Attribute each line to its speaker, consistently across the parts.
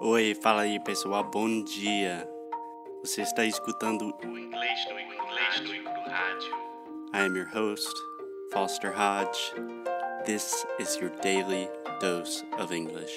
Speaker 1: Oi, fala aí pessoal, bom dia. Você está escutando
Speaker 2: O inglês no inglês no no rádio.
Speaker 1: I am your host, Foster Hodge. This is your daily dose of English.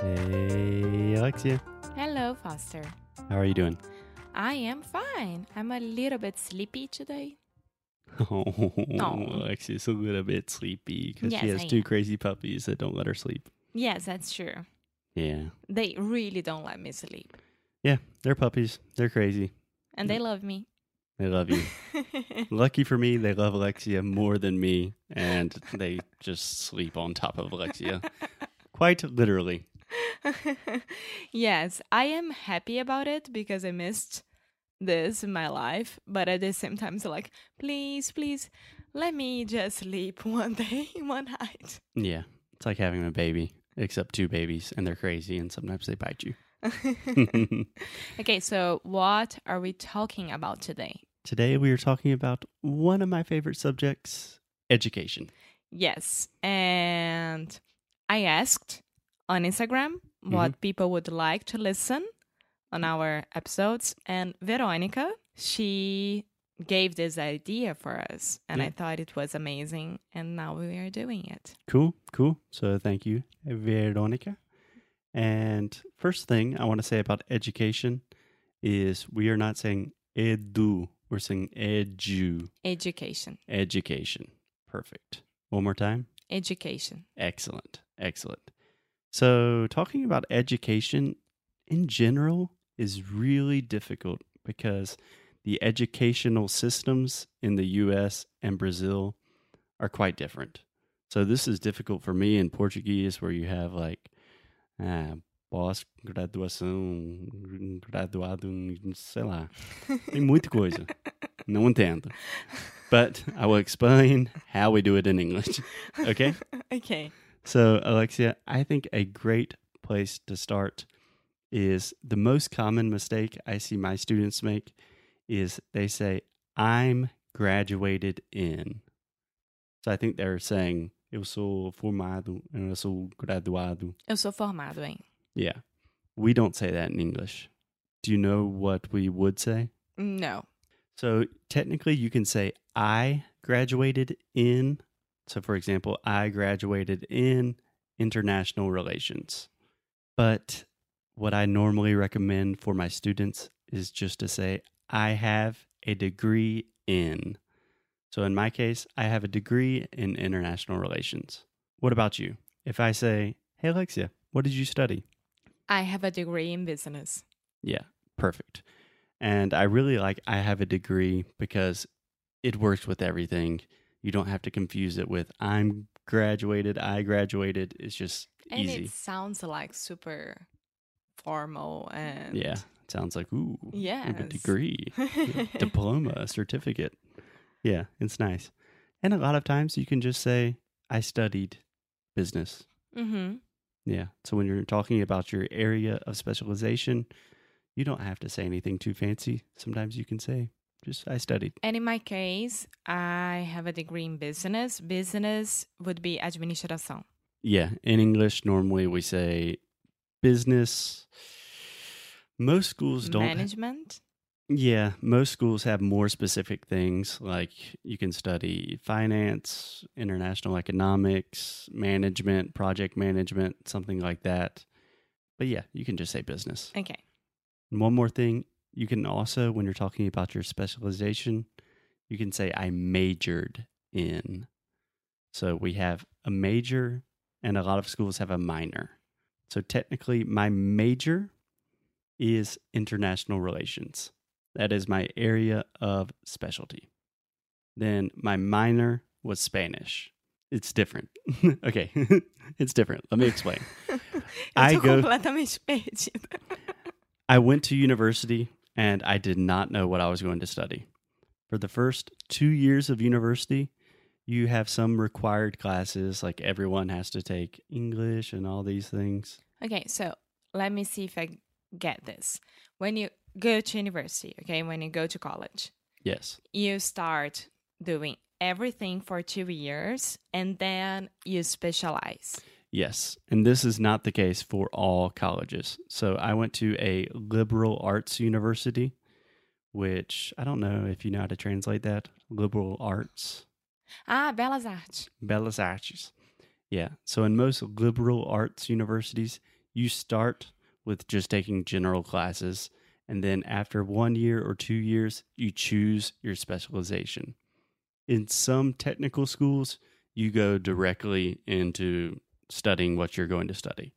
Speaker 1: Hey, Alexia.
Speaker 3: Hello, Foster.
Speaker 1: How are you doing?
Speaker 3: I am fine. I'm a little bit sleepy today.
Speaker 1: Oh,
Speaker 3: Aw.
Speaker 1: Alexia's a little bit sleepy because
Speaker 3: Yes,
Speaker 1: she has
Speaker 3: I
Speaker 1: two
Speaker 3: am.
Speaker 1: crazy puppies that don't let her sleep.
Speaker 3: Yes, that's true.
Speaker 1: Yeah.
Speaker 3: They really don't let me sleep.
Speaker 1: Yeah, they're puppies. They're crazy.
Speaker 3: And they love me.
Speaker 1: They love you. Lucky for me, they love Alexia more than me, and they just sleep on top of Alexia. Quite literally.
Speaker 3: yes, I am happy about it because I missed this in my life. But at the same time, it's like, please, please, let me just sleep one day, one night.
Speaker 1: Yeah. It's like having a baby, except two babies, and they're crazy, and sometimes they bite you.
Speaker 3: okay, so what are we talking about today?
Speaker 1: Today, we are talking about one of my favorite subjects education.
Speaker 3: Yes. And I asked on Instagram what
Speaker 1: Mm-hmm.
Speaker 3: people would like to listen on our episodes. And Veronica, she gave this idea for us. And
Speaker 1: Yeah.
Speaker 3: I thought it was amazing. And now we are doing it.
Speaker 1: Cool, cool. So, thank you, Veronica. And first thing I want to say about education is we are not saying edu, we're saying edu.
Speaker 3: Education.
Speaker 1: Education. Perfect. One more time.
Speaker 3: Education.
Speaker 1: Excellent. Excellent. So, talking about education in general is really difficult because the educational systems in the US and Brazil are quite different. So, this is difficult for me in Portuguese, where you have like ah, pós-graduação, graduado, sei lá. Tem muita coisa. Não entendo. But I will explain how we do it in English. Okay?
Speaker 3: okay.
Speaker 1: So, Alexia, I think a great place to start is the most common mistake I see my students make is they say, I'm graduated in. So I think they're saying, eu sou formado and eu sou graduado.
Speaker 3: Eu sou formado em.
Speaker 1: Yeah. We don't say that in English. Do you know what we would say?
Speaker 3: No.
Speaker 1: So technically, you can say, I graduated in. So, for example, I graduated in international relations. But what I normally recommend for my students is just to say, I have a degree in. So, in my case, I have a degree in international relations. What about you? If I say, Hey, Alexia, what did you study?
Speaker 3: I have a degree in business.
Speaker 1: Yeah, perfect. And I really like I have a degree because it works with everything. You don't have to confuse it with I'm graduated, I graduated. It's just
Speaker 3: And
Speaker 1: easy.
Speaker 3: it sounds like super formal and.
Speaker 1: yeah. It sounds like ooh. I have a
Speaker 3: Yes.
Speaker 1: degree. diploma, certificate. Yeah, it's nice. And a lot of times you can just say I studied business.
Speaker 3: mm-hmm.
Speaker 1: Yeah. So when you're talking about your area of specialization, you don't have to say anything too fancy. Sometimes you can say just I studied.
Speaker 3: And in my case, I have a degree in business. Business would be administração.
Speaker 1: Yeah, in English, normally we say business. Most schools don't.
Speaker 3: Management.
Speaker 1: Yeah, most schools have more specific things like you can study finance, international economics, management, project management, something like that. But yeah, you can just say business.
Speaker 3: Okay.
Speaker 1: And one more thing, you can also, when you're talking about your specialization, you can say, I majored in. So we have a major, and a lot of schools have a minor. So technically, my major is international relations. That is my area of specialty. Then my minor was Spanish. It's different. okay, it's different. Let me explain. I
Speaker 3: Eu tô
Speaker 1: go-
Speaker 3: completamente perdida.
Speaker 1: I went to university and I did not know what I was going to study. For the first two years of university, you have some required classes, like everyone has to take English and all these things.
Speaker 3: Okay, so let me see if I get this. When you go to university, okay, when you go to college,
Speaker 1: Yes.
Speaker 3: you start doing everything for two years and then you specialize.
Speaker 1: Yes. And this is not the case for all colleges. So I went to a liberal arts university, which I don't know if you know how to translate that. Liberal arts.
Speaker 3: Ah, Belas Artes.
Speaker 1: Bellas Artes. Yeah. So in most liberal arts universities, you start with just taking general classes. And then after one year or two years, you choose your specialization. In some technical schools, you go directly into studying what you're going to study.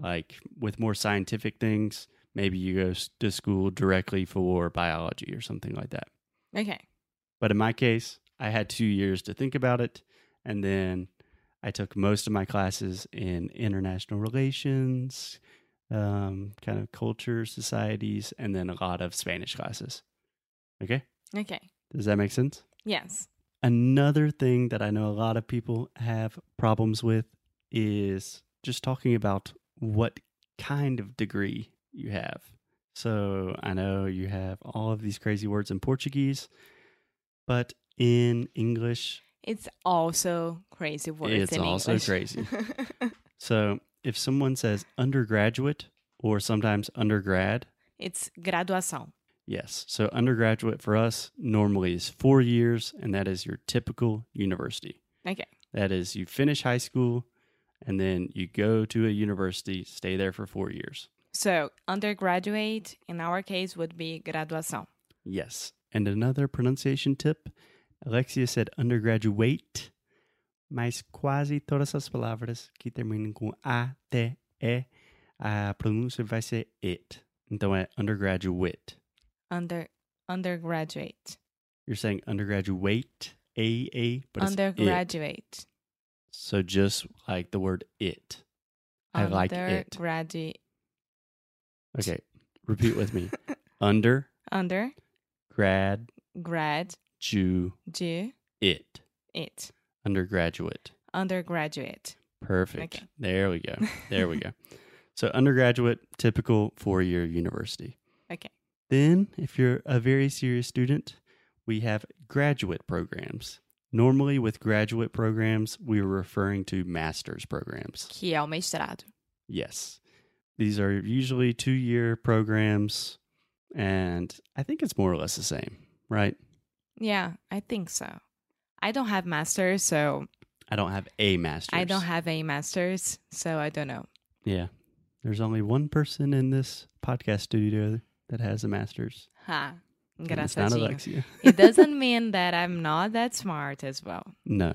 Speaker 1: Like with more scientific things, maybe you go s- to school directly for biology or something like that.
Speaker 3: Okay.
Speaker 1: But in my case, I had two years to think about it. And then I took most of my classes in international relations, um, kind of culture, societies, and then a lot of Spanish classes. Okay.
Speaker 3: Okay.
Speaker 1: Does that make sense?
Speaker 3: Yes.
Speaker 1: Another thing that I know a lot of people have problems with is just talking about what kind of degree you have. So I know you have all of these crazy words in Portuguese, but in English,
Speaker 3: It's also crazy words
Speaker 1: It's
Speaker 3: in
Speaker 1: also
Speaker 3: English.
Speaker 1: crazy. so if someone says undergraduate or sometimes undergrad,
Speaker 3: it's graduação.
Speaker 1: yes. So undergraduate for us normally is four years, and that is your typical university.
Speaker 3: Okay.
Speaker 1: That is, you finish high school and then you go to a university, stay there for four years.
Speaker 3: So undergraduate in our case would be graduação.
Speaker 1: Yes. And another pronunciation tip Alexia said undergraduate, mas quase todas as palavras que terminam com A, T, E, a pronúncia vai ser it. Então é undergraduate.
Speaker 3: Under undergraduate.
Speaker 1: You're saying undergraduate, A, A, but it's it.
Speaker 3: undergraduate.
Speaker 1: So just like the word it. I like it.
Speaker 3: Undergraduate.
Speaker 1: Okay. Repeat with me. Under
Speaker 3: Under
Speaker 1: grad
Speaker 3: grad
Speaker 1: Jew
Speaker 3: do
Speaker 1: it
Speaker 3: it.
Speaker 1: undergraduate.
Speaker 3: Undergraduate.
Speaker 1: Perfect.
Speaker 3: Okay.
Speaker 1: There we go. There we go. So undergraduate, typical four-year university.
Speaker 3: Okay.
Speaker 1: Then, if you're a very serious student, we have graduate programs. Normally, with graduate programs, we are referring to master's programs.
Speaker 3: Que é o mestrado.
Speaker 1: Yes. These are usually two year programs, and I think it's more or less the same, right?
Speaker 3: Yeah, I think so. I don't have masters, so
Speaker 1: I don't have a master's.
Speaker 3: I don't have a masters, so I don't know.
Speaker 1: Yeah. There's only one person in this podcast studio that has a master's.
Speaker 3: Ha.
Speaker 1: and it's not
Speaker 3: Engraçadinho.
Speaker 1: Alexia.
Speaker 3: it doesn't mean that I'm not that smart as well.
Speaker 1: No.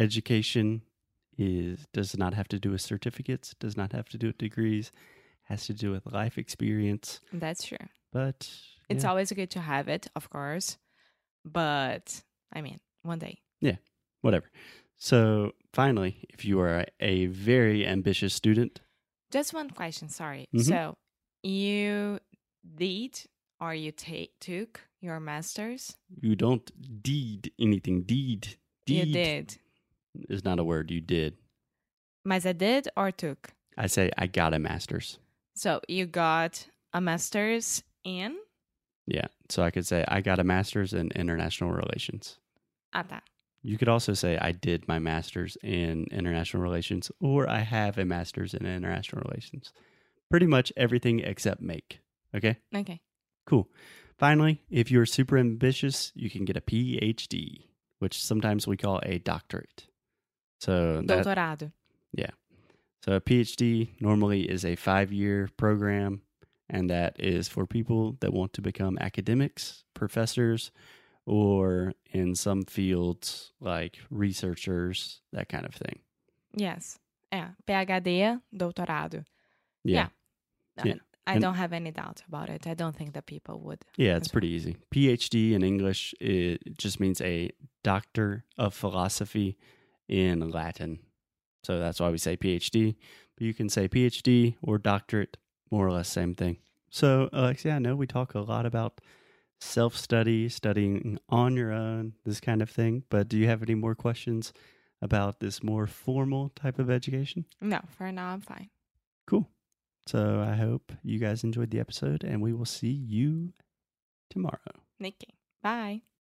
Speaker 1: Education is does not have to do with certificates, does not have to do with degrees, has to do with life experience.
Speaker 3: That's true.
Speaker 1: But
Speaker 3: It's
Speaker 1: yeah.
Speaker 3: always good to have it, of course. But I mean, one day.
Speaker 1: whatever. So finally, if you are a very ambitious student,
Speaker 3: Just one question, sorry.
Speaker 1: Mhm.
Speaker 3: So you did or you ta- took your masters?
Speaker 1: you don't deed anything. Deed. Deed
Speaker 3: You did.
Speaker 1: is not a word. You did.
Speaker 3: Mas I did or took?
Speaker 1: I say I got a master's.
Speaker 3: So you got a master's in?
Speaker 1: Yeah. So I could say I got a master's in international relations.
Speaker 3: Ah, tá.
Speaker 1: You could also say I did my master's in international relations or I have a master's in international relations. Pretty much everything except make. Okay?
Speaker 3: Okay.
Speaker 1: Cool. Finally, if you're super ambitious, you can get a PhD, which sometimes we call a doctorate. So that,
Speaker 3: Doutorado.
Speaker 1: so a PhD normally is a 5-year program and that is for people that want to become academics, professors, or in some fields like researchers, that kind of thing.
Speaker 3: Yes. Yeah. PhD, doutorado.
Speaker 1: Yeah.
Speaker 3: Uh,
Speaker 1: Yeah.
Speaker 3: I
Speaker 1: And-
Speaker 3: don't have any doubt about it. I don't think that people would.
Speaker 1: Yeah,
Speaker 3: as
Speaker 1: it's
Speaker 3: well.
Speaker 1: pretty easy. PhD in English it just means a doctor of philosophy in Latin. So that's why we say PhD, but you can say PhD or doctorate, more or less same thing. So, Alexia, I know we talk a lot about self study, studying on your own, this kind of thing. But do you have any more questions about this more formal type of education?
Speaker 3: No, for now I'm fine.
Speaker 1: Cool. So I hope you guys enjoyed the episode and we will see you tomorrow.
Speaker 3: Nikki. Bye.